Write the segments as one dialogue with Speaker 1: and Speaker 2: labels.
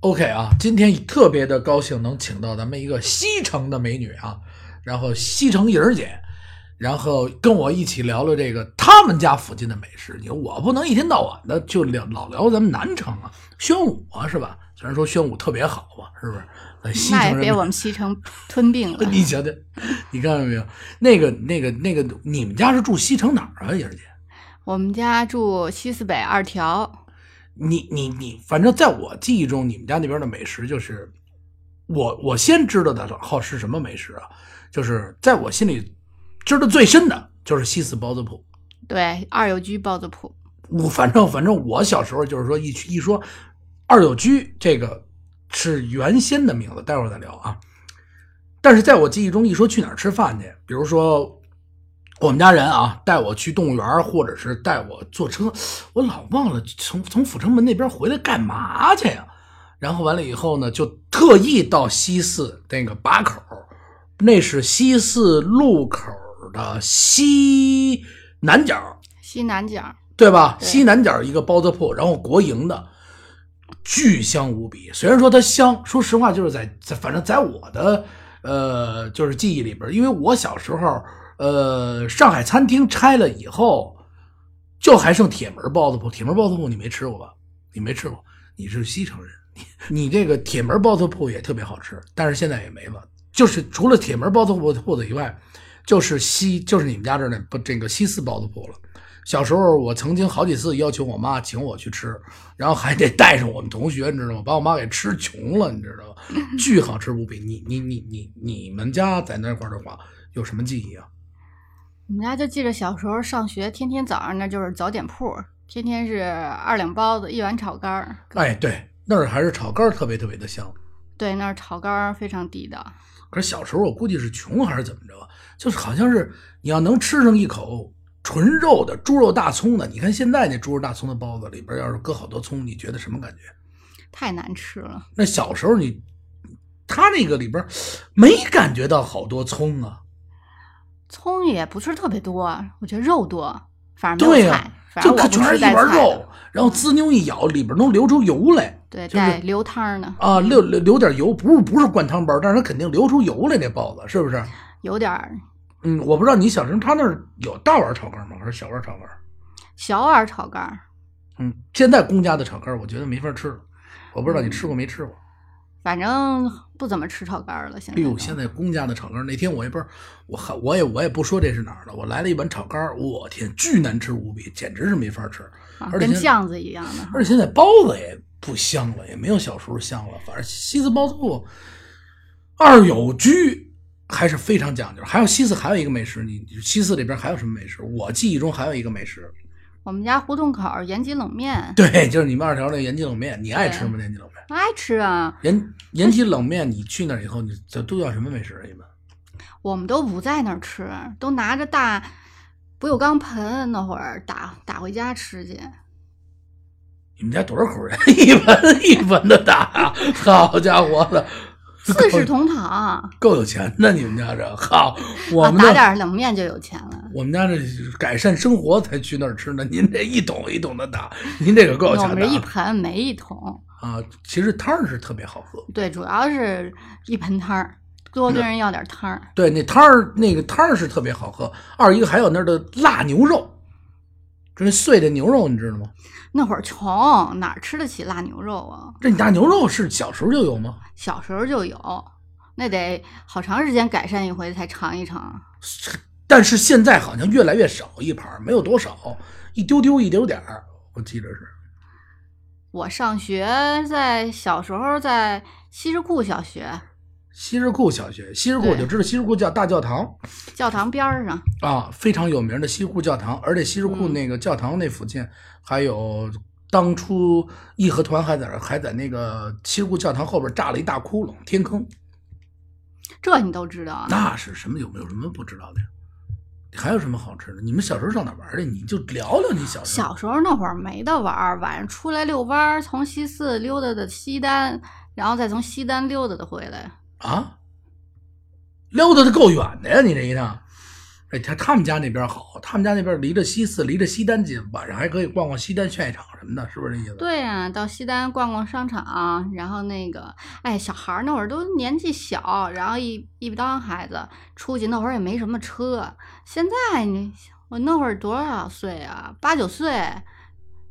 Speaker 1: OK 啊，今天特别的高兴能请到咱们一个西城的美女啊，然后西城莹儿姐，然后跟我一起聊聊这个他们家附近的美食。你说我不能一天到晚的就聊老聊咱们南城啊，宣武啊是吧？虽然说宣武特别好吧，是不是？咱西
Speaker 2: 那也
Speaker 1: 城
Speaker 2: 被
Speaker 1: 人。
Speaker 2: 我们西城吞并了
Speaker 1: 你瞧瞧，你看到没有？那个、那个、那个，你们家是住西城哪儿啊，莹儿姐？
Speaker 2: 我们家住西四北二条，
Speaker 1: 你你你，反正在我记忆中，你们家那边的美食就是，我我先知道的好是什么美食啊？就是在我心里知道最深的就是西四包子铺。
Speaker 2: 对，二友居包子铺。
Speaker 1: 我反正反正我小时候就是说一去一说二九居这个是原先的名字，待会儿再聊啊。但是在我记忆中，一说去哪儿吃饭去，比如说我们家人啊带我去动物园，或者是带我坐车，我老忘了从从阜成门那边回来干嘛去呀、然后完了以后呢，就特意到西四那个把口，那是西四路口的西南角，
Speaker 2: 西南角，
Speaker 1: 对吧？
Speaker 2: 对
Speaker 1: 西南角一个包子铺，然后国营的，巨香无比。虽然说它香，说实话就是在在，反正在我的呃就是记忆里边，因为我小时候呃上海餐厅拆了以后，就还剩铁门包子铺。铁门包子铺你没吃过吧？你没吃过，你是西城人。你你这个铁门包子铺也特别好吃，但是现在也没了。就是除了铁门包子铺铺子以外，就是西就是你们家这儿那不这个西四包子铺了。小时候，我曾经好几次要求我妈请我去吃，然后还得带上我们同学，你知道吗？把我妈给吃穷了，你知道吗？巨好吃无比。你你你你你们家在那块儿的话，有什么记忆啊？
Speaker 2: 我们家就记着小时候上学，天天早上那就是早点铺，天天是二两包子，一碗炒肝儿。
Speaker 1: 哎，对，那儿还是炒肝儿特别特别的香。
Speaker 2: 对，那儿炒肝儿非常地道。
Speaker 1: 可是小时候我估计是穷还是怎么着啊，就是好像是你要能吃上一口纯肉的猪肉大葱的，你看现在那猪肉大葱的包子里边要是搁好多葱，你觉得什么感觉？
Speaker 2: 太难吃了，
Speaker 1: 那小时候你，他那个里边儿没感觉到好多葱啊，
Speaker 2: 葱也不是特别多，我觉得肉多，反正没
Speaker 1: 对
Speaker 2: 有
Speaker 1: 呀、
Speaker 2: 菜，反正
Speaker 1: 就
Speaker 2: 我
Speaker 1: 它
Speaker 2: 不
Speaker 1: 全是
Speaker 2: 吃
Speaker 1: 一
Speaker 2: 带
Speaker 1: 碗
Speaker 2: 菜的
Speaker 1: 肉，然后滋溜一咬，里边能流出油来
Speaker 2: 对，
Speaker 1: 就是
Speaker 2: 带流汤儿呢，
Speaker 1: 啊，流流流点油，不是不是灌汤包，但是它肯定流出油来，那包子是不是？
Speaker 2: 有点儿
Speaker 1: 嗯，我不知道你小时候他那儿有大碗炒肝吗？还是小碗炒肝？
Speaker 2: 小碗儿炒肝儿，
Speaker 1: 嗯，现在公家的炒肝我觉得没法吃了，我不知道你吃过没吃过。
Speaker 2: 反正不怎么吃炒肝儿了。现
Speaker 1: 哎
Speaker 2: 在
Speaker 1: 呦，
Speaker 2: 都
Speaker 1: 现在公家的炒肝儿，那天我也不是，我还我也我也不说这是哪儿的，我来了一碗炒肝儿，我天，巨难吃无比，简直是没法吃。
Speaker 2: 啊
Speaker 1: 而且
Speaker 2: 跟
Speaker 1: 现在
Speaker 2: 酱子一样的。
Speaker 1: 而且现在包子也不香了，也没有小时候香了。反正西四包子铺，二友居还是非常讲究。还有西四还有一个美食，你你西四这边还有什么美食？我记忆中还有一个美食，
Speaker 2: 我们家胡同口儿延吉冷面，
Speaker 1: 对，就是你们二条那延吉冷面，你爱吃吗？延吉冷面，
Speaker 2: 爱吃啊，
Speaker 1: 延延吉冷面，你去那儿以后，你这都叫什么美食啊？你们？
Speaker 2: 我们都不在那儿吃，都拿着大不锈钢盆那会儿打打回家吃 去。
Speaker 1: 你们家多少口人？啊 一盆一盆的打啊！好家伙的，
Speaker 2: 四世同堂啊，
Speaker 1: 够有钱的，你们家这好，我们
Speaker 2: 打
Speaker 1: 这
Speaker 2: 点儿冷面就有钱了。
Speaker 1: 我们家这改善生活才去那儿吃呢，您这一桶一桶的打， 您这个够有
Speaker 2: 我
Speaker 1: 钱
Speaker 2: 们
Speaker 1: 的
Speaker 2: 这一
Speaker 1: 啊
Speaker 2: 盆没一桶，
Speaker 1: 啊！其实汤儿是特别好喝，
Speaker 2: 对，主要是一盆汤儿，多跟人要点汤儿。
Speaker 1: 对，那汤儿那个汤儿是特别好喝。二一个还有那儿的辣牛肉，就那碎的牛肉，你知道吗？
Speaker 2: 那会儿穷，哪儿吃得起辣牛肉啊？
Speaker 1: 这你大牛肉是小时候就有吗？
Speaker 2: 小时候就有，那得好长时间改善一回才尝一尝。
Speaker 1: 但是现在好像越来越少一盘儿，没有多少，一丢丢一丢点儿，我记着是。
Speaker 2: 我上学在小时候在西直库小学
Speaker 1: 西直库小学，西直库
Speaker 2: 对
Speaker 1: 我就知道西直库叫大教堂
Speaker 2: 教堂边儿上，
Speaker 1: 啊，非常有名的西直库教堂，而且西直库
Speaker 2: 嗯
Speaker 1: 那个教堂那附近、还有当初义和团还在还在那个西直库教堂后边炸了一大窟窿天坑，
Speaker 2: 这你都知道啊？
Speaker 1: 那是什么有没有什么不知道的呀？还有什么好吃的？你们小时候上哪玩儿去？你就聊聊你小时候。
Speaker 2: 小时候那会儿没得玩儿，晚上出来遛弯儿，从西四溜达的西单，然后再从西单溜达的回来。
Speaker 1: 啊，溜达的够远的呀，你这一趟哎，他他们家那边好，他们家那边离着西四，离着西单近，晚上还可以逛逛西单炫场什么的，是不是这意思？
Speaker 2: 对啊，到西单逛逛商场、然后那个，哎，小孩儿那会儿都年纪小，然后一一不当孩子，出去那会儿也没什么车。现在你我那会儿多少岁啊？八九岁，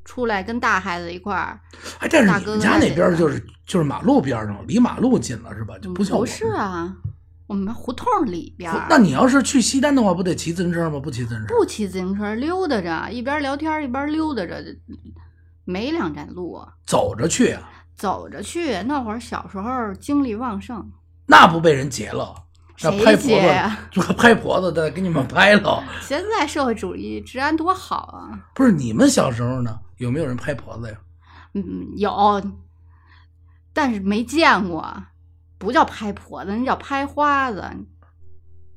Speaker 2: 出来跟大孩子一块儿，
Speaker 1: 哎，但
Speaker 2: 大
Speaker 1: 是你
Speaker 2: 哥
Speaker 1: 们
Speaker 2: 哥
Speaker 1: 家
Speaker 2: 大
Speaker 1: 那
Speaker 2: 姐
Speaker 1: 边
Speaker 2: 的
Speaker 1: 就是就是马路边上，离马路近了是吧？就
Speaker 2: 嗯
Speaker 1: 不像我
Speaker 2: 不
Speaker 1: 们
Speaker 2: 是啊，我们胡同里边
Speaker 1: 不
Speaker 2: 儿。
Speaker 1: 那你要是去西单的话，不得骑自行车吗？不骑自行车，
Speaker 2: 不骑自行车，溜达着，一边聊天儿一边溜达着，没两站路，
Speaker 1: 走着去啊，
Speaker 2: 走着去。那会儿小时候精力旺盛，
Speaker 1: 那不被人劫了？那
Speaker 2: 谁
Speaker 1: 拍婆
Speaker 2: 劫
Speaker 1: 子
Speaker 2: 呀，
Speaker 1: 就拍婆子的给你们拍了。
Speaker 2: 现在社会主义治安多好啊！
Speaker 1: 不是你们小时候呢，有没有人拍婆子呀？
Speaker 2: 嗯，有，但是没见过，不叫拍婆子，那叫拍花子。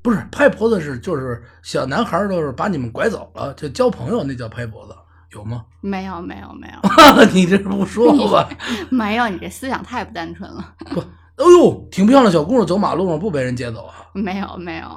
Speaker 1: 不是拍婆子是就是小男孩儿都是把你们拐走了，就交朋友那叫拍婆子，有吗？
Speaker 2: 没有，没有，没有，
Speaker 1: 你这是不说吧？
Speaker 2: 没有，你这思想太不单纯了。
Speaker 1: 哎呦，挺漂亮小姑娘走马路上不被人劫走啊？
Speaker 2: 没有，没有，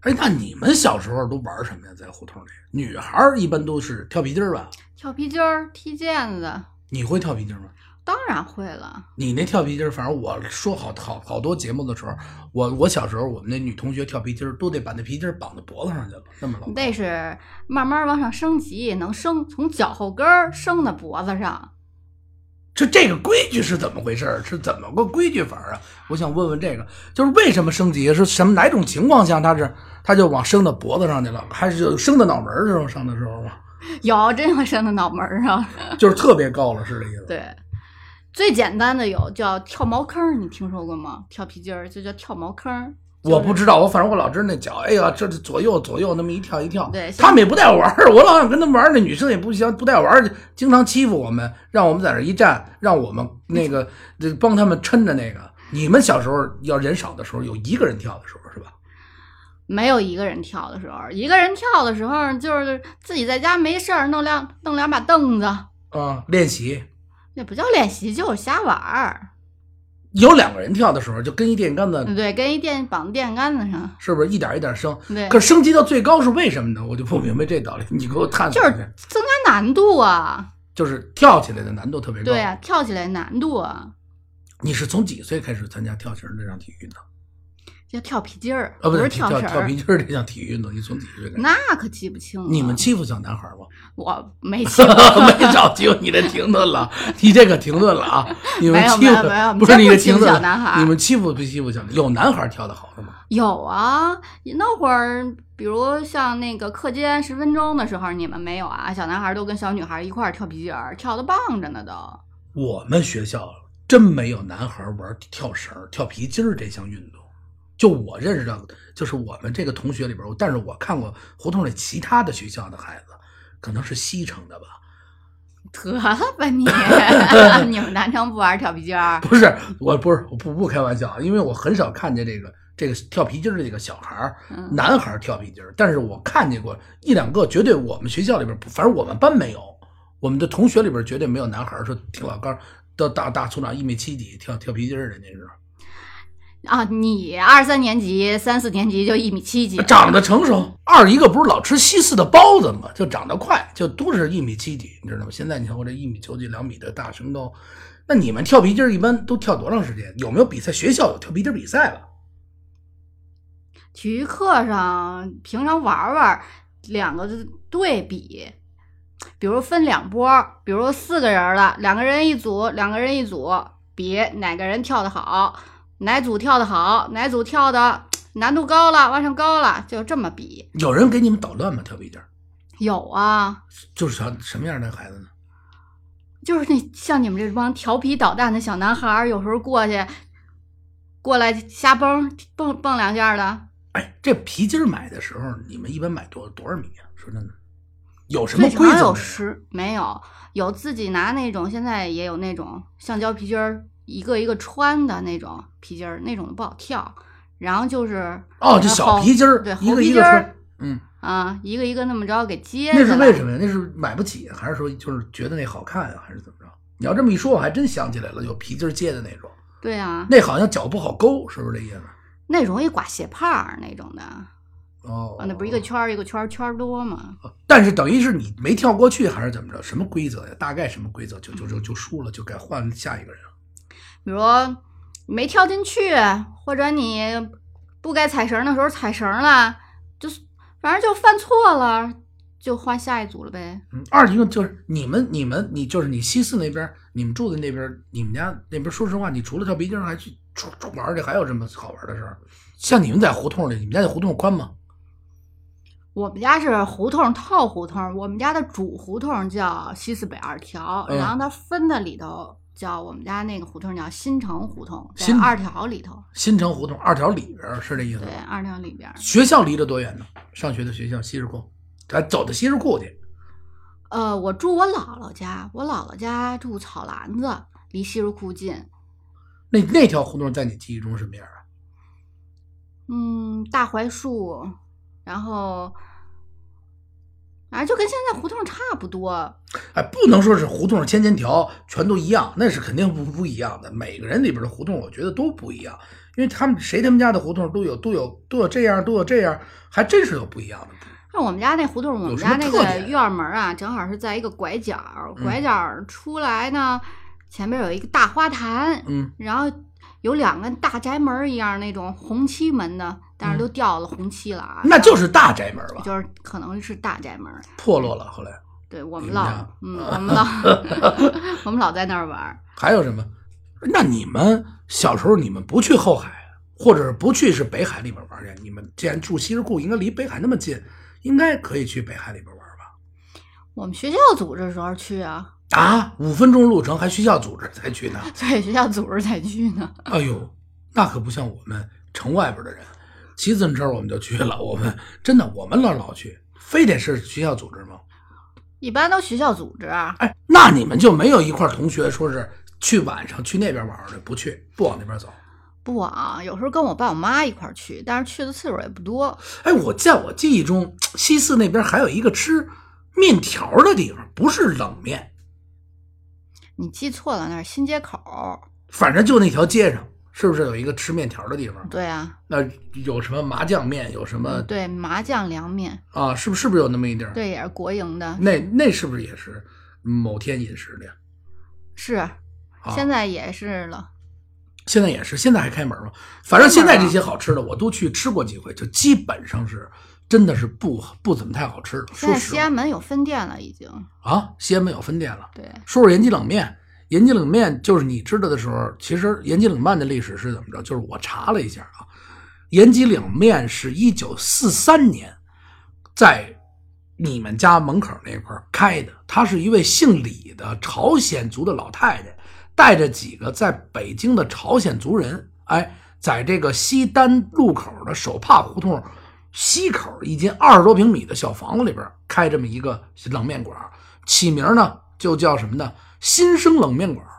Speaker 1: 哎，那你们小时候都玩什么呀？在胡同里，女孩儿一般都是跳皮筋儿吧？
Speaker 2: 跳皮筋儿、踢毽子，
Speaker 1: 你会跳皮筋儿吗？
Speaker 2: 当然会了。
Speaker 1: 你那跳皮筋儿，反正我说好好好多节目的时候，我我小时候我们那女同学跳皮筋儿都得把那皮筋儿绑在脖子上去了，那么老。
Speaker 2: 那是慢慢往上升级，能升从脚后跟儿升到脖子上。
Speaker 1: 就这个规矩是怎么回事儿？是怎么个规矩法儿啊？我想问问这个，就是为什么升级是什么哪种情况下它是它就往升到脖子上去了，还是就升到脑门儿上上的时候吗？
Speaker 2: 有，真要升到脑门儿上。
Speaker 1: 就是特别高了，是这意思？
Speaker 2: 对，最简单的有叫跳茅坑儿，你听说过吗？跳皮筋儿就叫跳茅坑儿。
Speaker 1: 我不知道，我反正我老知道那脚，哎呀，这左右左右那么一跳一跳。
Speaker 2: 对像
Speaker 1: 他们也不带我玩儿， 我老想跟他们玩儿，那女生也不行，不带我玩儿，经常欺负我们，让我们在那儿一站，让我们那 个这帮他们抻着那个。你们小时候要人少的时候，有一个人跳的时候是吧？
Speaker 2: 没有一个人跳的时候，一个人跳的时候就是自己在家没事儿弄两弄两把凳子，
Speaker 1: 啊、练习
Speaker 2: 那不叫练习，就是瞎玩儿。
Speaker 1: 有两个人跳的时候，就跟一电杆子，
Speaker 2: 对，跟一电绑电杆子上，
Speaker 1: 是不是一点一点升？
Speaker 2: 对，
Speaker 1: 可升级到最高是为什么呢？我就不明白这道理， 你给我探
Speaker 2: 就
Speaker 1: 索一下
Speaker 2: 是。增加难度啊。
Speaker 1: 就是跳起来的难度特别高。
Speaker 2: 对啊，跳起来难度啊，
Speaker 1: 你是从几岁开始参加跳绳这项体育的？
Speaker 2: 叫跳皮筋儿，
Speaker 1: 啊，不
Speaker 2: 是
Speaker 1: 是
Speaker 2: 跳
Speaker 1: 跳
Speaker 2: 绳
Speaker 1: 跳
Speaker 2: 儿
Speaker 1: 皮。筋儿这项体育运动，你从几岁开始？
Speaker 2: 那可记不清了。
Speaker 1: 你们欺负小男孩 吗？
Speaker 2: 我没欺负，
Speaker 1: 没少欺负你这停顿了，你这个停顿了啊！你们
Speaker 2: 没有
Speaker 1: 欺
Speaker 2: 没有没有
Speaker 1: 负不是
Speaker 2: 真
Speaker 1: 你
Speaker 2: 不
Speaker 1: 这
Speaker 2: 欺
Speaker 1: 停
Speaker 2: 负
Speaker 1: 顿
Speaker 2: 小
Speaker 1: 了
Speaker 2: 男孩
Speaker 1: 你们欺负不欺负小男？有男孩跳的好的吗？
Speaker 2: 有啊。那会儿，比如像那个课间十分钟的时候，你们没有啊？小男孩都跟小女孩一块儿跳皮筋儿，跳的棒着呢都。
Speaker 1: 我们学校真没有男孩玩跳绳、跳皮筋儿这项运动。就我认识到的，就是我们这个同学里边，但是我看过胡同里其他的学校的孩子，可能是西城的吧，
Speaker 2: 得了 吧你！ 你们南城不玩跳皮筋儿？
Speaker 1: 不是，我不是，我不不开玩笑，啊因为我很少看见这个这个跳皮筋儿的这个小孩儿，
Speaker 2: 嗯，
Speaker 1: 男孩儿跳皮筋儿，但是我看见过一两个，绝对我们学校里边不，反正我们班没有，我们的同学里边绝对没有男孩儿说挺老高儿，到大大粗长一米七几跳跳皮筋儿的那是，
Speaker 2: 啊，你二三年级、三四年级就一米七几，
Speaker 1: 长得成熟。二一个不是老吃西四的包子吗？就长得快，就都是一米七几，你知道吗？现在你看我这一米九几两米的大身高，那你们跳皮筋儿一般都跳多长时间？有没有比赛？学校有跳皮筋儿比赛了？
Speaker 2: 体育课上平常玩玩，两个对比，比如分两波，比如四个人了，两个人一组，两个人一组，比哪个人跳得好，哪组跳得好，哪组跳的难度高了，往上高了，就这么比。
Speaker 1: 有人给你们捣乱吗？跳皮筋儿
Speaker 2: 有啊，
Speaker 1: 就是什什么样的孩子呢？
Speaker 2: 就是那像你们这帮调皮捣蛋的小男孩儿，有时候过去，过来瞎蹦蹦蹦两下的，
Speaker 1: 哎，这皮筋儿买的时候，你们一般买多多少米啊？说真的，有什么
Speaker 2: 最
Speaker 1: 规
Speaker 2: 长
Speaker 1: 则
Speaker 2: 有
Speaker 1: 吗？
Speaker 2: 十，没有，有自己拿那种，现在也有那种橡胶皮筋儿，一个一个穿的那种皮筋儿，那种的不好跳。然后就是
Speaker 1: 哦，就小皮筋儿
Speaker 2: 呃对，，
Speaker 1: 一
Speaker 2: 猴
Speaker 1: 个
Speaker 2: 皮
Speaker 1: 一
Speaker 2: 筋
Speaker 1: 个
Speaker 2: 儿
Speaker 1: 穿。嗯，
Speaker 2: 啊，一个一个那么着给接
Speaker 1: 那是
Speaker 2: 着
Speaker 1: 为
Speaker 2: 了
Speaker 1: 什么呀？那是买不起，还是说就是觉得那好看啊，还是怎么着？你要这么一说，我还真想起来了，有皮筋儿接的那种，
Speaker 2: 对啊，
Speaker 1: 那好像脚不好勾，是不是这意思？
Speaker 2: 那容易刮鞋泡儿那种的，
Speaker 1: 哦
Speaker 2: 啊，那不是一个圈儿一个圈儿，圈儿多嘛？
Speaker 1: 但是等于是你没跳过去，还是怎么着？什么规则呀？大概什么规则？就就就就输了，就该换下一个人了。
Speaker 2: 比如说你没跳进去，或者你不该踩绳的时候踩绳了，就是反正就犯错了，就换下一组了呗。
Speaker 1: 嗯，二一个就是你们你们你就是你西四那边，你们住的那边，你们家那边，说实话，你除了跳皮筋儿，还去出出玩儿去，还有什么好玩儿的事儿？像你们在胡同里，你们家那胡同宽吗？
Speaker 2: 我们家是胡同套胡同，我们家的主胡同叫西四北二条，
Speaker 1: 嗯
Speaker 2: 然后它分的里头叫我们家那个胡同叫新城胡同，在
Speaker 1: 新
Speaker 2: 二条里头，
Speaker 1: 新城胡同二条里边儿是这意思
Speaker 2: 对啊
Speaker 1: 吗？，
Speaker 2: 二条里边儿，
Speaker 1: 学校离着多远呢？上学的学校西直库，咱走到西直库去。
Speaker 2: 呃，我住我姥姥家，我姥姥家住草篮子，离西入库近。
Speaker 1: 那那条胡同在你记忆中什么样啊？
Speaker 2: 嗯，大槐树，然后，反正就跟现在胡同差不多。
Speaker 1: 哎，不能说是胡同千千条全都一样，那是肯定不不一样的。每个人里边的胡同，我觉得都不一样，因为他们谁他们家的胡同都有都有都有这样都有这样，还真是有不一样的。
Speaker 2: 那我们家那胡同，我
Speaker 1: 有
Speaker 2: 们
Speaker 1: 什么
Speaker 2: 家那
Speaker 1: 特
Speaker 2: 个
Speaker 1: 点
Speaker 2: 院门啊，正好是在一个拐角儿，
Speaker 1: 嗯
Speaker 2: 拐角儿出来呢，前面有一个大花坛，
Speaker 1: 嗯，
Speaker 2: 然后有两个大宅门儿一样那种红漆门的，但是都掉了红漆了啊，
Speaker 1: 嗯那就是大宅门吧，
Speaker 2: 就是可能是大宅门儿。
Speaker 1: 破落了。后来
Speaker 2: 对我们
Speaker 1: 你们
Speaker 2: 老
Speaker 1: 家，
Speaker 2: 嗯，我们老，我们老在那儿玩儿。
Speaker 1: 还有什么？那你们小时候你们不去后海，或者是不去是北海里边玩去？你们既然住西直库，应该离北海那么近，应该可以去北海里边玩吧？
Speaker 2: 我们学校组织的时候去啊，
Speaker 1: 啊，五分钟路程还学校组织才去呢。
Speaker 2: 所以学校组织才去呢。
Speaker 1: 哎呦，那可不像我们城外边的人，骑自行车我们就去了。 我们真的，我们老老去，非得是学校组织吗？
Speaker 2: 一般都学校组织啊，
Speaker 1: 哎，那你们就没有一块同学说是去晚上去那边玩的，不去，不往那边走。
Speaker 2: 不往有时候跟我爸我妈一块儿去，但是去的次数也不多。
Speaker 1: 哎，我在我记忆中，西四那边还有一个吃面条的地方，不是冷面，
Speaker 2: 你记错了，那是新街口。
Speaker 1: 反正就那条街上，是不是有一个吃面条的地方？
Speaker 2: 对啊，
Speaker 1: 那有什么麻酱面，有什么
Speaker 2: 嗯对麻酱凉面，
Speaker 1: 啊？是不是是不是有那么一地儿？
Speaker 2: 对，也是国营的，
Speaker 1: 那那是不是也是某天饮食的呀？
Speaker 2: 是
Speaker 1: 啊、
Speaker 2: 现在也是了。
Speaker 1: 现在也是，现在还开门吗？反正现在这些好吃的我都去吃过几回，就基本上是真的是不不怎么太好吃了。
Speaker 2: 现
Speaker 1: 说
Speaker 2: 在
Speaker 1: 实
Speaker 2: 西
Speaker 1: 话
Speaker 2: 安门有分店了，已经。
Speaker 1: 啊，西安没有分店了。
Speaker 2: 对，
Speaker 1: 说说延吉冷面，延吉冷面就是你知道的时候，其实延吉冷面的历史是怎么着？就是我查了一下啊，延吉冷面是一九四三年在你们家门口那块儿开的，她是一位姓李的朝鲜族的老太太，带着几个在北京的朝鲜族人，哎，在这个西单路口的手帕胡同。西口一间二十多平米的小房子里边儿开这么一个冷面馆儿，起名儿呢就叫什么呢？新生冷面馆儿，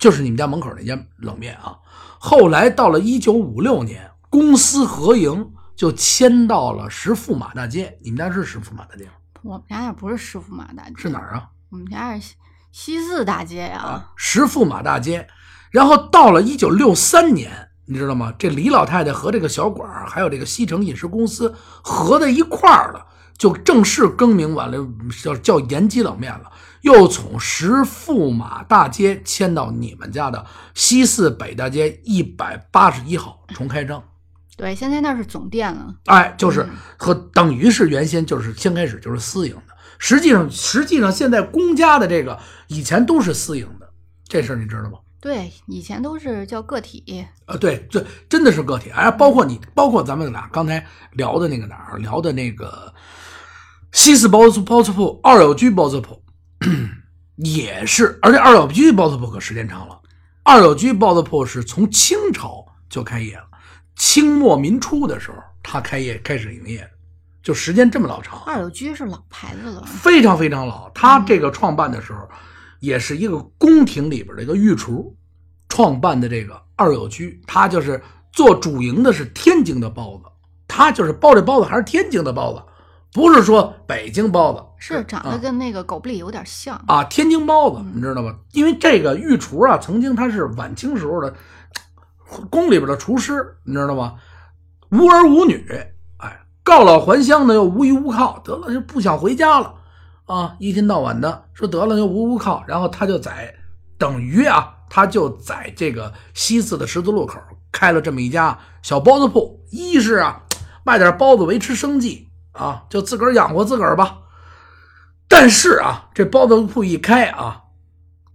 Speaker 1: 就是你们家门口那家冷面啊。后来到了一九五六年，公私合营就迁到了石驸马大街。你们家是石驸马大街吗？
Speaker 2: 我们家也不是师傅马大街，
Speaker 1: 是哪？儿啊？
Speaker 2: 我们家是西西四大街呀、
Speaker 1: 啊，石驸马大街。然后到了一九六三年，你知道吗？这李老太太和这个小馆儿，还有这个西城饮食公司合在一块儿了，就正式更名完了，叫叫延吉冷面了。又从石驸马大街迁到你们家的西四北大街一百八十一号重开张。
Speaker 2: 对，现在那是总店了。
Speaker 1: 哎，就是
Speaker 2: 嗯
Speaker 1: 和等于是原先就是先开始就是私营的，实际上实际上现在公家的这个以前都是私营的，这事儿你知道吗？
Speaker 2: 对，以前都是叫个体，
Speaker 1: 啊，对，这真的是个体，哎，包括你，包括咱们俩刚才聊的那个哪儿，聊的那个西四包子包子铺、二友居包子铺，也是，而且二友居包子铺可时间长了，二友居包子铺是从清朝就开业了，清末民初的时候它开业开始营业的，就时间这么老长，
Speaker 2: 二柳居是老牌子了。
Speaker 1: 非常非常老。他这个创办的时
Speaker 2: 嗯
Speaker 1: 候，也是一个宫廷里边的一个御厨创办的这个二友居，他就是做主营的是天津的包子，他就是包这包子还是天津的包子，不是说北京包子，
Speaker 2: 是长得
Speaker 1: 啊
Speaker 2: 跟那个狗不理有点像，
Speaker 1: 啊，天津包子，
Speaker 2: 嗯
Speaker 1: 你知道吧？因为这个御厨啊，曾经他是晚清时候的宫里边的厨师，你知道吗？无儿无女，哎，告老还乡呢，又无依无靠，得了就不想回家了啊！一天到晚的说得了又无依无靠，然后他就在等于啊，他就在这个西四的十字路口开了这么一家小包子铺，一是啊卖点包子维持生计啊，就自个儿养活自个儿吧。但是啊，这包子铺一开啊，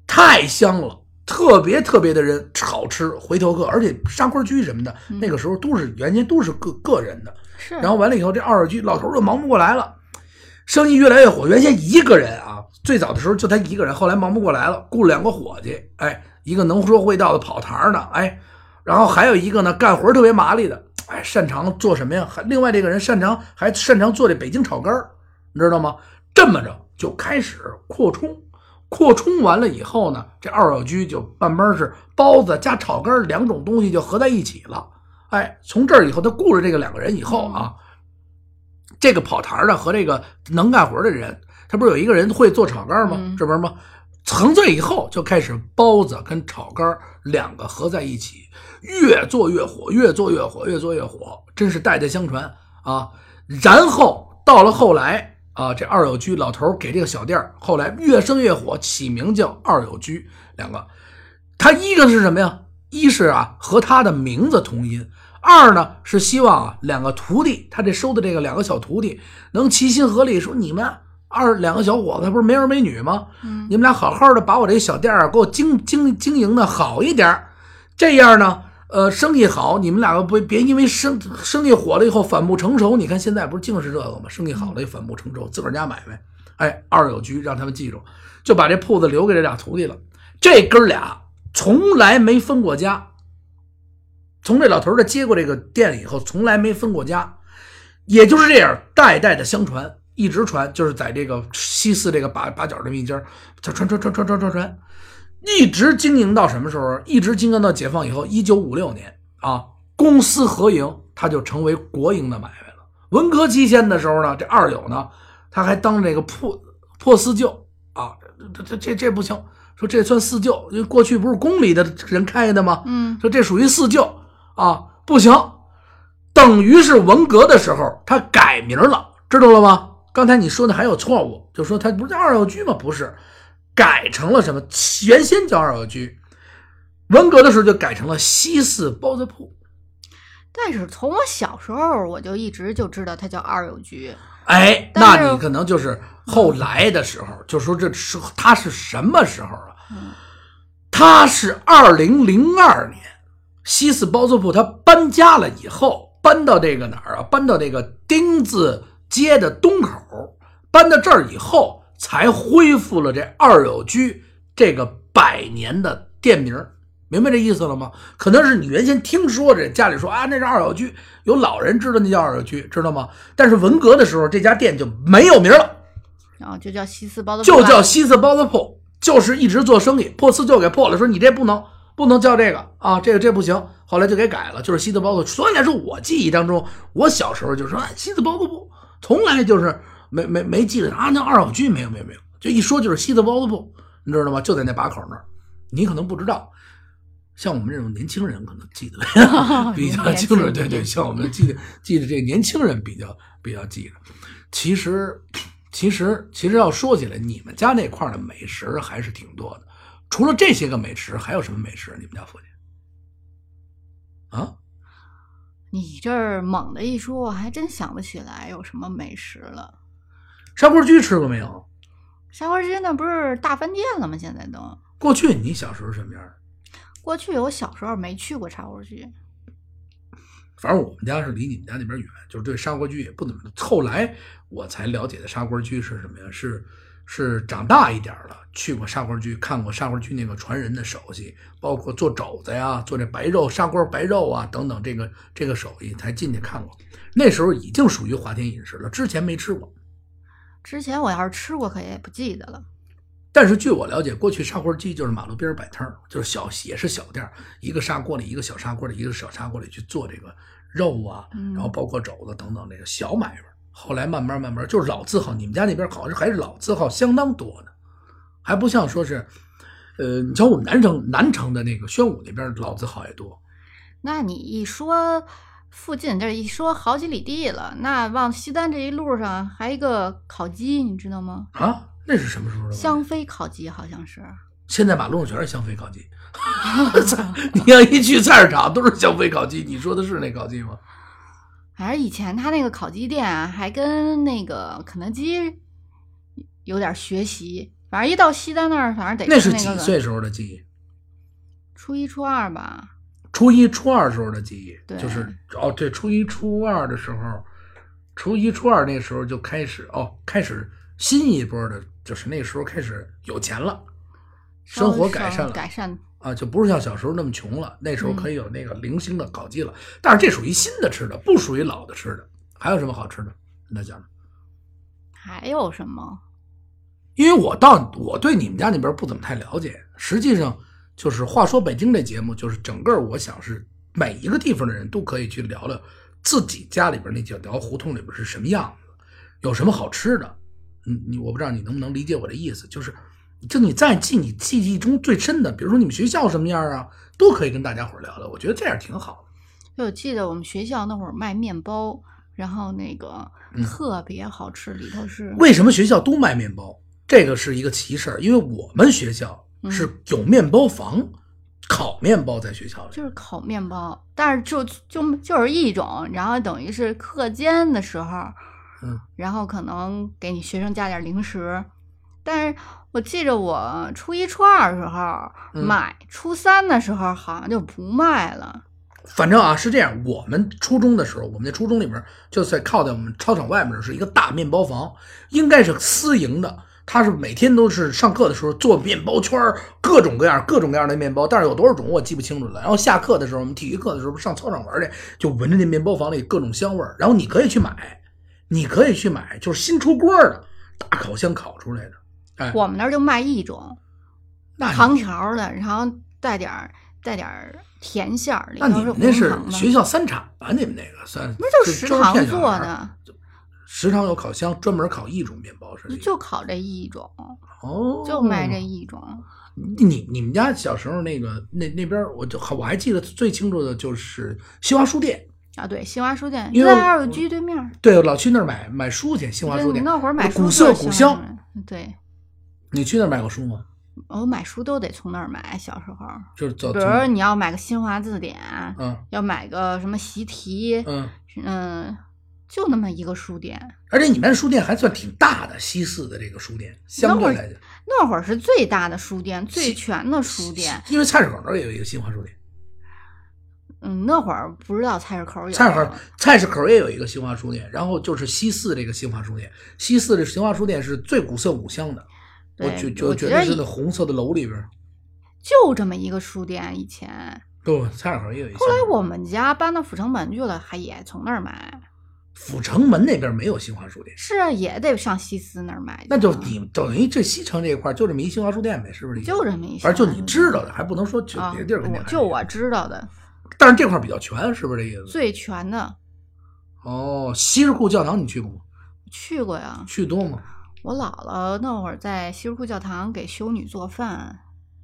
Speaker 1: 太香了。特别特别的人好吃回头客，而且沙坡区什么的，
Speaker 2: 嗯
Speaker 1: 那个时候都是原先都是个个人的，
Speaker 2: 是，
Speaker 1: 然后完了以后，这二居老头儿就忙不过来了，生意越来越火。原先一个人啊，最早的时候就他一个人，后来忙不过来了，雇了两个伙计，哎，一个能说会道的跑堂儿的，哎，然后还有一个呢干活儿特别麻利的，哎，擅长做什么呀？还另外这个人擅长还擅长做这北京炒肝儿，你知道吗？这么着就开始扩充。扩充完了以后呢，这二小居就慢慢是包子加炒肝儿两种东西就合在一起了。哎，从这儿以后，他雇了这个两个人以后啊，这个跑堂的和这个能干活的人，他不是有一个人会做炒肝吗？
Speaker 2: 嗯
Speaker 1: 这不是吗？从这以后就开始包子跟炒肝两个合在一起，越做越火，越做越火，越做越火，真是代代相传啊。然后到了后来啊，这二友居老头儿给这个小店儿后来越生越火，起名叫二友居，两个他一个是什么呀？一是啊和他的名字同音，二呢是希望啊两个徒弟，他这收的这个两个小徒弟能齐心合力，说你们二两个小伙子不是没儿没女吗？
Speaker 2: 嗯
Speaker 1: 你们俩好好的把我这小店儿啊给我经经经营的好一点儿，这样呢，呃，生意好，你们两个不别因为生生意火了以后反目成仇。你看现在不是净是这个吗？生意好了也反目成仇，自个儿家买卖。哎，二友居让他们记住，就把这铺子留给这俩徒弟了。这哥俩从来没分过家，从这老头儿这接过这个店以后，从来没分过家，也就是这样，代代的相传，一直传，就是在这个西四这个把把角这么一家儿，传传传传传传传传，一直经营到什么时候？一直经营到解放以后，一九五六年啊，公私合营，它就成为国营的买卖了。文革期间的时候呢，这二友呢，他还当这个破破四旧啊，这这这这不行，说这算四旧，因为过去不是宫里的人开的吗？
Speaker 2: 嗯
Speaker 1: 说这属于四旧啊，不行，等于是文革的时候他改名了，知道了吗？刚才你说的还有错误，就说他不是叫二小居吗？不是，改成了什么？原先叫二小居，文革的时候就改成了西四包子铺。
Speaker 2: 但是从我小时候我就一直就知道它叫二友居，
Speaker 1: 哎，
Speaker 2: 但是
Speaker 1: 那你可能就是后来的时候，就说这是他是什么时候啊？
Speaker 2: 嗯
Speaker 1: 他是二零零二年西四包租铺他搬家了以后，搬到这个哪儿啊？搬到这个丁字街的东口，搬到这儿以后才恢复了这二友居这个百年的店名儿。明白这意思了吗？可能是你原先听说这家里说啊，那是二小居，有老人知道那叫二小居，知道吗？但是文革的时候，这家店就没有名了，
Speaker 2: 然后就叫西四包子铺
Speaker 1: 就
Speaker 2: 吧
Speaker 1: 叫西四包子铺，就是一直做生意，破四旧给破了，说你这不能不能叫这个啊，这个这不行，后来就给改了，就是西四包子。所以来说，我记忆当中，我小时候就说、啊、西四包子铺，从来就是没没没记得啊，那二小居没有没有没有，就一说就是西四包子铺，你知道吗？就在那把口那儿，你可能不知道。像我们这种年轻人可能记得
Speaker 2: 啊
Speaker 1: 比较清楚，对对，像我们记得记得这个年轻人比较比较记得。其实，其实，其实要说起来，你们家那块儿的美食还是挺多的。除了这些个美食，还有什么美食？你们家附近？啊，
Speaker 2: 你这儿猛的一说，我还真想不起来有什么美食了。
Speaker 1: 砂锅居吃过没有？
Speaker 2: 沙花街那不是大饭店了吗？现在都。
Speaker 1: 过去你小时候什么样？
Speaker 2: 过去我小时候没去过茶壶居，
Speaker 1: 反正我们家是离你们家那边远，就是对砂锅居也不怎么。后来我才了解的砂锅居是什么呀？是是长大一点儿了，去过砂锅居，看过砂锅居那个传人的手艺，包括做肘子呀、做这白肉砂锅白肉啊等等这个这个手艺，才进去看过。那时候已经属于华天饮食了，之前没吃过。
Speaker 2: 之前我要是吃过，可也不记得了。
Speaker 1: 但是据我了解，过去砂锅居就是马路边儿摆摊儿，就是小也是小店儿，一个砂锅里一个小砂锅里一个小砂锅里去做这个肉啊，
Speaker 2: 嗯
Speaker 1: 然后包括肘子等等这个小买卖。后来慢慢慢慢，就是老字号，你们家那边好像还是老字号相当多呢，还不像说是，呃，你瞧我们南城南城的那个宣武那边老字号也多，
Speaker 2: 那你一说附近这一说好几里地了。那往西单这一路上还一个烤鸡，你知道吗？
Speaker 1: 啊，那是什么时候的问题？
Speaker 2: 香妃烤鸡好像是，
Speaker 1: 现在马路上全是香妃烤 鸡。你要一去菜市场都是香妃烤鸡，你说的是那烤鸡吗？
Speaker 2: 反正以前他那个烤鸡店啊，还跟那个肯德基有点学习。反正一到西单那儿，反正得
Speaker 1: 那是
Speaker 2: 吃那
Speaker 1: 几
Speaker 2: 个
Speaker 1: 岁时候的记忆？
Speaker 2: 初一初二吧。
Speaker 1: 初一、初二时候的记忆，
Speaker 2: 对
Speaker 1: 就是哦，对，初一、初二的时候，初一、初二那时候就开始哦，开始新一波的，就是那时候开始有钱了，
Speaker 2: 稍
Speaker 1: 生
Speaker 2: 微
Speaker 1: 活
Speaker 2: 稍
Speaker 1: 改善了
Speaker 2: 改善
Speaker 1: 啊，就不是像小时候那么穷了，那时候
Speaker 2: 嗯
Speaker 1: 可以有那个零星的烤鸡了，但是这属于新的吃的，不属于老的吃的。还有什么好吃的？跟他讲讲，
Speaker 2: 还有什么？
Speaker 1: 因为我到我对你们家那边不怎么太了解，实际上就是话说北京这节目，就是整个我想是每一个地方的人都可以去聊聊自己家里边那几条胡同里边是什么样子，有什么好吃的。嗯，你我不知道你能不能理解我的意思，就是就你在记你记忆中最深的，比如说你们学校什么样啊，都可以跟大家伙儿聊聊，我觉得这样挺好的。
Speaker 2: 就我记得我们学校那会儿卖面包，然后那个
Speaker 1: 嗯
Speaker 2: 特别好吃，里 头是
Speaker 1: 为什么学校都卖面包？这个是一个奇事儿，因为我们学校是有面包房，烤面包在学校里。
Speaker 2: 就是烤面包，但是就就就是一种，然后等于是课间的时候，
Speaker 1: 嗯，
Speaker 2: 然后可能给你学生加点零食，但是我记着我初一初二的时候
Speaker 1: 嗯
Speaker 2: 买，初三的时候好像就不卖了，
Speaker 1: 反正啊是这样，我们初中的时候，我们那初中里面就在靠在我们操场外面的是一个大面包房，应该是私营的。他是每天都是上课的时候做面包圈儿，各种各样、各种各样的面包，但是有多少种我记不清楚了。然后下课的时候，我们体育课的时候上操场玩去，就闻着那面包房里各种香味儿。然后你可以去买，你可以去买，就是新出锅的大烤箱烤出来的。哎，
Speaker 2: 我们那儿就卖一种
Speaker 1: 那你
Speaker 2: 糖条的，然后带点儿带点儿甜馅儿，里
Speaker 1: 那你
Speaker 2: 头
Speaker 1: 们
Speaker 2: 红
Speaker 1: 那是
Speaker 2: 糖的
Speaker 1: 学。校三产吧？你们那个算
Speaker 2: 那就
Speaker 1: 就是啊
Speaker 2: 食
Speaker 1: 专
Speaker 2: 堂
Speaker 1: 门骗小
Speaker 2: 做
Speaker 1: 孩儿
Speaker 2: 的，
Speaker 1: 食堂有烤箱，专门烤一种面包是吧
Speaker 2: 就烤这一种，
Speaker 1: 哦，
Speaker 2: 就卖这。一种。
Speaker 1: 你你们家小时候那个那那边儿，我就我还记得最清楚的就是新华书店，
Speaker 2: 啊，对，新华书店
Speaker 1: 因
Speaker 2: 就
Speaker 1: 为
Speaker 2: 在
Speaker 1: 我嗯
Speaker 2: 二路居对面儿。
Speaker 1: 对，老去那儿买买书去。新华
Speaker 2: 对，
Speaker 1: 书
Speaker 2: 你
Speaker 1: 店
Speaker 2: 那会儿买书
Speaker 1: 古
Speaker 2: 就
Speaker 1: 色
Speaker 2: 是
Speaker 1: 古
Speaker 2: 新华
Speaker 1: 香。
Speaker 2: 书店。对，
Speaker 1: 你去那儿买过书吗？
Speaker 2: 我买书都得从那儿买。小时候，
Speaker 1: 就是走，
Speaker 2: 比
Speaker 1: 哦从
Speaker 2: 如你要买个新华字典，
Speaker 1: 嗯
Speaker 2: 要买个什么习题，
Speaker 1: 嗯，
Speaker 2: 嗯，就那么一个书店。
Speaker 1: 而且你们那书店还算挺大的，西四的这个书店相对来讲，
Speaker 2: 那会儿是最大的书店，最
Speaker 1: 西
Speaker 2: 全的书店。
Speaker 1: 因为菜市口那儿也有一个新华书店，
Speaker 2: 嗯，那会儿不知道菜市口有。
Speaker 1: 菜市口菜市口也有一个新华书店，然后就是西四这个新华书店，西四这新华书店是最古色古香的，我
Speaker 2: 对
Speaker 1: 觉就
Speaker 2: 我
Speaker 1: 觉
Speaker 2: 觉得
Speaker 1: 得是
Speaker 2: 以
Speaker 1: 那红色的楼里边儿。
Speaker 2: 就这么一个书店，以前。
Speaker 1: 不，菜市口也有一个。
Speaker 2: 后来我们家搬到阜成门去了，还也从那儿买。
Speaker 1: 阜成门那边没有新华书店，
Speaker 2: 是啊，也得上西斯那儿买去啊。
Speaker 1: 那就你等于这西城这一块儿就这么一新华书店呗，是不是？
Speaker 2: 就这么一
Speaker 1: 反正就你
Speaker 2: 小
Speaker 1: 知道的，还不能说去
Speaker 2: 啊，
Speaker 1: 别地儿肯定
Speaker 2: 我
Speaker 1: 还
Speaker 2: 就
Speaker 1: 有
Speaker 2: 我，知道的
Speaker 1: 但是这块儿比较全，是不是这意思？
Speaker 2: 最全的，
Speaker 1: 哦，西日库教堂你去过吗？
Speaker 2: 去过呀。
Speaker 1: 去多吗？
Speaker 2: 我姥姥那会儿在西什库教堂给修女做饭，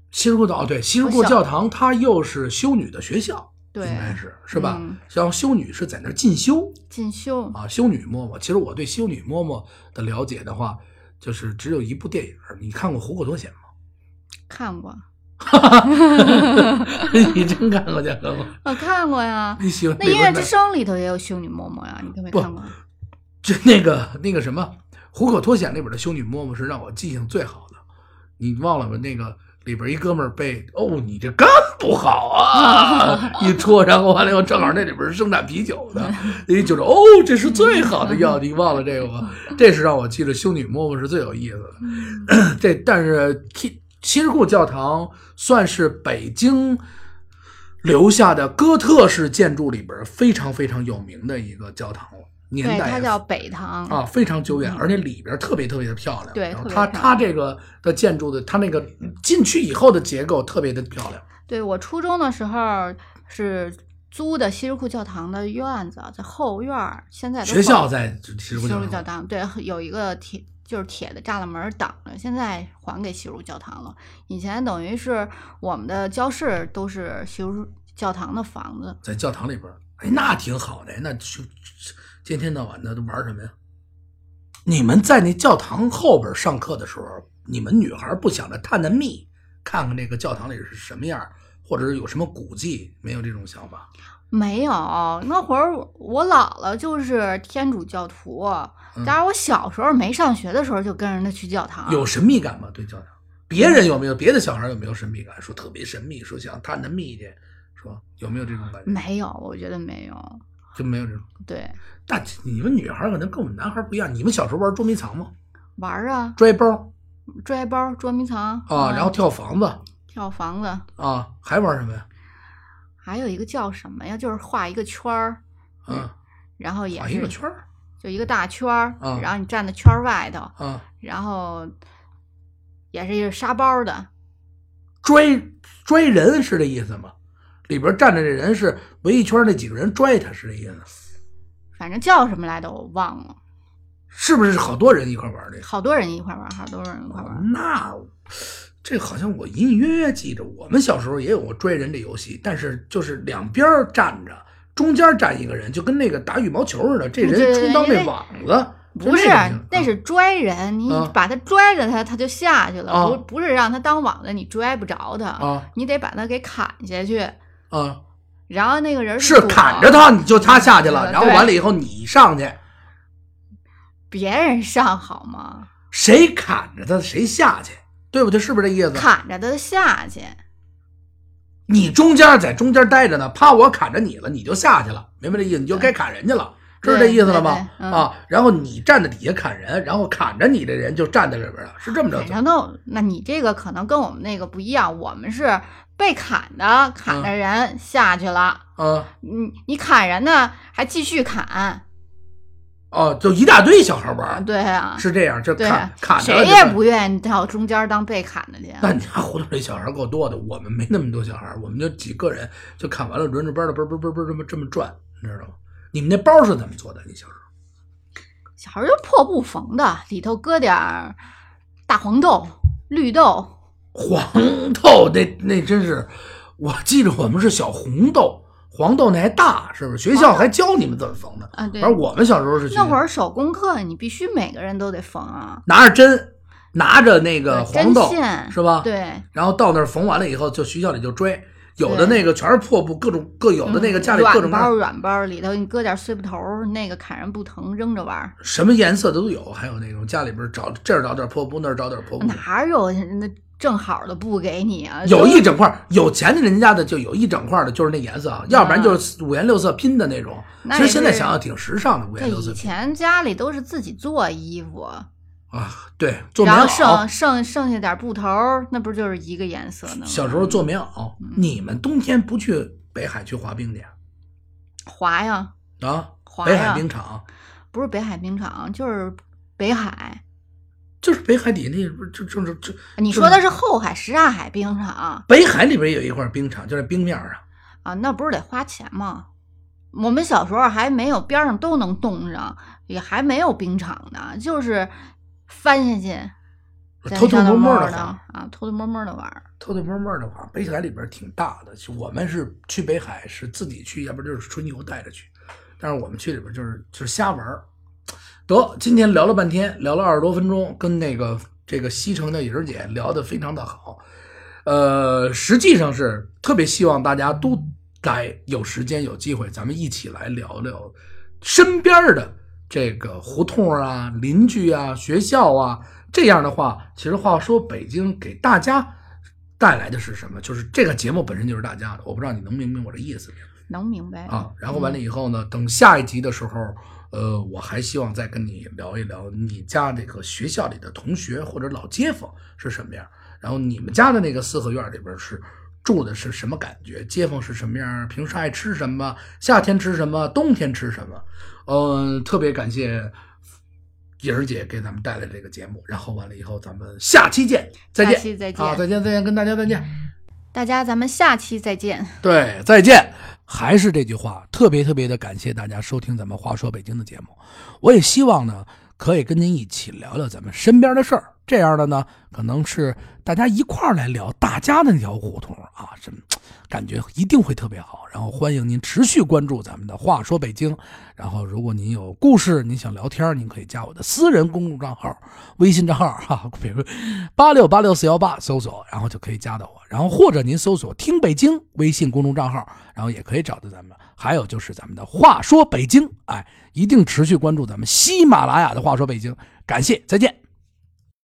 Speaker 1: 西日库教哦，对，西日库
Speaker 2: 我小
Speaker 1: 教堂它又是修女的学校，应
Speaker 2: 对，
Speaker 1: 该是是吧
Speaker 2: 嗯？
Speaker 1: 然后修女是在那儿进修，
Speaker 2: 进修。
Speaker 1: 啊，修女嬷嬷。其实我对修女嬷嬷的了解的话，就是只有一部电影儿。你看过《虎口脱险》
Speaker 2: 看过，
Speaker 1: 吗？ 你真看过这个吗？
Speaker 2: 我啊看 过呀。
Speaker 1: 你喜欢
Speaker 2: 那
Speaker 1: 美
Speaker 2: 音
Speaker 1: 国
Speaker 2: 乐
Speaker 1: 的
Speaker 2: 之声里头也有修女嬷嬷呀，你可没
Speaker 1: 不
Speaker 2: 看过？
Speaker 1: 就 那个那个什么《虎口脱险》里边的修女嬷嬷是让我记性最好的。你忘了吗？那个里边一哥们儿被哦，你这肝不好啊， 一戳，然后完了以后，正好那里边是生产啤酒的，一就是哦，这是最好的药，你忘了这个吗？这是让我记得修女嬷嬷是最有意思的。
Speaker 2: 嗯
Speaker 1: 这但是西西什库教堂算是北京留下的哥特式建筑里边非常非常有名的一个教堂了，年
Speaker 2: 对，
Speaker 1: 代
Speaker 2: 它
Speaker 1: 也
Speaker 2: 叫北堂。
Speaker 1: 啊非常久远，
Speaker 2: 嗯
Speaker 1: 而且里边特别特别的漂亮。
Speaker 2: 对
Speaker 1: 然后
Speaker 2: 特别
Speaker 1: 它
Speaker 2: 漂亮
Speaker 1: 它这个的建筑的，它那个进去以后的结构特别的漂亮。
Speaker 2: 对我初中的时候是租的西什库教堂的院子，在后院儿，现在都
Speaker 1: 学校
Speaker 2: 换
Speaker 1: 在西什库
Speaker 2: 西
Speaker 1: 教
Speaker 2: 入教
Speaker 1: 堂，
Speaker 2: 堂，对， 有一个铁就是铁的栅栏门挡着，现在还给西入教堂了。以前等于是我们的教室都是西入教堂的房子，
Speaker 1: 在教堂里边，哎，那挺好的，那就天天到晚的都玩什么呀？你们在那教堂后边上课的时候，你们女孩不想着探探秘，看看这个教堂里是什么样，或者是有什么古迹？没有这种想法。
Speaker 2: 没有，那会儿我我姥姥就是天主教徒，
Speaker 1: 嗯
Speaker 2: 但是我小时候没上学的时候就跟人家去教堂，
Speaker 1: 有神秘感吗？对教堂，别人有没有？别的小孩有没有神秘感？说特别神秘，说想探探秘去，说有没有这种感觉？
Speaker 2: 没有？我觉得没有。
Speaker 1: 就没有这种。
Speaker 2: 对，
Speaker 1: 但你们女孩可能跟我们男孩不一样，你们小时候玩捉迷藏吗？
Speaker 2: 玩儿啊，
Speaker 1: 拽包
Speaker 2: 拽包、捉迷藏
Speaker 1: 啊，然后跳房子
Speaker 2: 跳房子，
Speaker 1: 啊，还玩什么呀？
Speaker 2: 还有一个叫什么呀？就是画一个圈儿，
Speaker 1: 啊，
Speaker 2: 然嗯后也
Speaker 1: 画
Speaker 2: 是
Speaker 1: 一个圈儿
Speaker 2: 就一个大圈儿，
Speaker 1: 嗯
Speaker 2: 然后你站在圈儿外头，
Speaker 1: 啊，
Speaker 2: 然后也是一个沙包的，
Speaker 1: 拽拽人是这意思吗？里边站着这人是围一圈儿那几个人拽他是这意思吗，
Speaker 2: 反正叫什么来着我忘了，
Speaker 1: 是不是好多人一块玩这个？
Speaker 2: 好多人一块玩，好多人一块
Speaker 1: 哦
Speaker 2: 玩。
Speaker 1: 那这好像我隐隐约约记着，我们小时候也有过追人这游戏，但是就是两边儿站着，中间儿站一个人，就跟那个打羽毛球似的，这
Speaker 2: 对
Speaker 1: 人
Speaker 2: 对对
Speaker 1: 充当
Speaker 2: 因
Speaker 1: 那
Speaker 2: 为
Speaker 1: 网子。
Speaker 2: 不是啊
Speaker 1: 那种型，
Speaker 2: 那是拽人，你
Speaker 1: 啊
Speaker 2: 把他拽着他，他就下去
Speaker 1: 啊
Speaker 2: 了。不，不是让他当网子，你拽不着他，
Speaker 1: 啊
Speaker 2: 你得把他给砍下去。
Speaker 1: 啊，
Speaker 2: 然后那个人
Speaker 1: 是
Speaker 2: 躲
Speaker 1: 砍着他，你就他下去了，
Speaker 2: 嗯对
Speaker 1: 然后完了以后你上去，
Speaker 2: 别人上好吗？
Speaker 1: 谁砍着他谁下去，对不对？是不是这意思？
Speaker 2: 砍着他下去，
Speaker 1: 你中间在中间待着呢，怕我砍着你了，你就下去了，明白这意思？你就该砍人家了，
Speaker 2: 对
Speaker 1: 是这意思了吗？
Speaker 2: 对对嗯
Speaker 1: 啊，然后你站在底下砍人，然后砍着你的人就站在里边了，是这么着
Speaker 2: 反
Speaker 1: 走
Speaker 2: 正都，那你这个可能跟我们那个不一样，我们是被砍的，砍
Speaker 1: 嗯
Speaker 2: 着人下去了，
Speaker 1: 啊？
Speaker 2: 你你砍人呢，还继续砍，
Speaker 1: 哦，就一大堆小孩玩，
Speaker 2: 对啊，
Speaker 1: 是这样，就
Speaker 2: 对
Speaker 1: 砍
Speaker 2: 啊，
Speaker 1: 砍着了
Speaker 2: 谁
Speaker 1: 就
Speaker 2: 也
Speaker 1: 是
Speaker 2: 不愿意到中间当被砍的去。
Speaker 1: 那你家胡同里小孩够多的，我们没那么多小孩，我们就几个人就砍完了，轮着班的，嘣嘣嘣嘣这么这么转，你知道吗？你们那包是怎么做的？你小时候
Speaker 2: 小孩儿就破布缝的，里头搁点儿大黄豆、绿豆，
Speaker 1: 黄豆那那真是，我记着我们是小红豆，黄豆那还大，是不是？学校还教你们怎么缝呢。
Speaker 2: 啊对
Speaker 1: 反正我们小时候是学
Speaker 2: 那会儿手工课你必须每个人都得缝啊，
Speaker 1: 拿着针，拿着那个
Speaker 2: 对
Speaker 1: 黄豆
Speaker 2: 针线
Speaker 1: 是吧？。
Speaker 2: 对，
Speaker 1: 然后到那儿缝完了以后，就学校里就追，有的
Speaker 2: 对
Speaker 1: 那个全是破布，各种各有的那个
Speaker 2: 嗯
Speaker 1: 家里各种
Speaker 2: 软
Speaker 1: 各
Speaker 2: 包
Speaker 1: 样
Speaker 2: 软包里头，你搁点碎布头儿，那个砍人不疼，扔着玩儿。
Speaker 1: 什么颜色都有，还有那种家里边找这儿找点破布，那儿找点破布，
Speaker 2: 哪有那正好的布给你啊？
Speaker 1: 嗯有
Speaker 2: 都
Speaker 1: 一整块儿有钱的人家的就有一整块儿的，就是那颜色啊，要不然就是五颜六色拼的那种。
Speaker 2: 那
Speaker 1: 其
Speaker 2: 也
Speaker 1: 实现在
Speaker 2: 是
Speaker 1: 想想挺时尚的，五
Speaker 2: 这
Speaker 1: 颜六色
Speaker 2: 以
Speaker 1: 拼
Speaker 2: 前家里都是自己做衣服，
Speaker 1: 啊，对，做棉
Speaker 2: 然后
Speaker 1: 袄
Speaker 2: 剩。剩剩下点布头儿，那不就是一个颜色呢？
Speaker 1: 小时候做棉袄，
Speaker 2: 嗯
Speaker 1: 你们冬天不去北海去滑冰去啊
Speaker 2: 滑呀，
Speaker 1: 啊？
Speaker 2: 滑
Speaker 1: 北海
Speaker 2: 呀，
Speaker 1: 冰场
Speaker 2: 不是北海冰场，就是北海。
Speaker 1: 就是北海底那不是就就是就
Speaker 2: 啊你说的是后海什刹海冰场
Speaker 1: 北海里边有一块冰场，就在冰面上。
Speaker 2: 啊？那不是得花钱吗？我们小时候还没有边上都能冻上，也还没有冰场呢，就是翻下去，在
Speaker 1: 偷偷
Speaker 2: 上头
Speaker 1: 摸摸
Speaker 2: 摸
Speaker 1: 地
Speaker 2: 的
Speaker 1: 滑
Speaker 2: 啊，偷偷摸摸的玩儿。
Speaker 1: 偷偷摸摸的话，北海里边挺大的。我们是去北海是自己去，要不然就是春游带着去。但是我们去里边就是就是瞎玩儿。得，今天聊了半天，聊了二十多分钟，跟那个这个西城的颖儿姐聊得非常的好。呃，实际上是特别希望大家都来，有时间有机会，咱们一起来聊聊身边儿的这个胡同啊、邻居啊、学校啊。这样的话，其实话说，北京给大家带来的是什么？就是这个节目本身就是大家的，我不知道你能明白我的意思没有？
Speaker 2: 能明白
Speaker 1: 啊，然后完了以后呢，等下一集的时候，呃，我还希望再跟你聊一聊你家这个学校里的同学或者老街坊是什么样，然后你们家的那个四合院里边是住的是什么感觉，街坊是什么样，平时爱吃什么，夏天吃什么，冬天吃什么，嗯、特别感谢。颖儿姐给咱们带来这个节目，然后完了以后，咱们下期见，再见，啊
Speaker 2: 下期再见
Speaker 1: 好，再见，再见，跟大家再见。
Speaker 2: 大家咱们下期再见。
Speaker 1: 对，再见。还是这句话，特别特别的感谢大家收听咱们《话说北京》的节目。我也希望呢，可以跟您一起聊聊咱们身边的事儿。这样的呢，可能是大家一块儿来聊大家的那条胡同啊，什么感觉一定会特别好。然后欢迎您持续关注咱们的《话说北京》。然后，如果您有故事，您想聊天，您可以加我的私人公众账号、微信账号哈， 比如八六八六四幺八搜索，然后就可以加到我。然后或者您搜索“听北京”微信公众账号，然后也可以找到咱们。还有就是咱们的《话说北京》，哎，一定持续关注咱们喜马拉雅的《话说北京》。感谢，再见。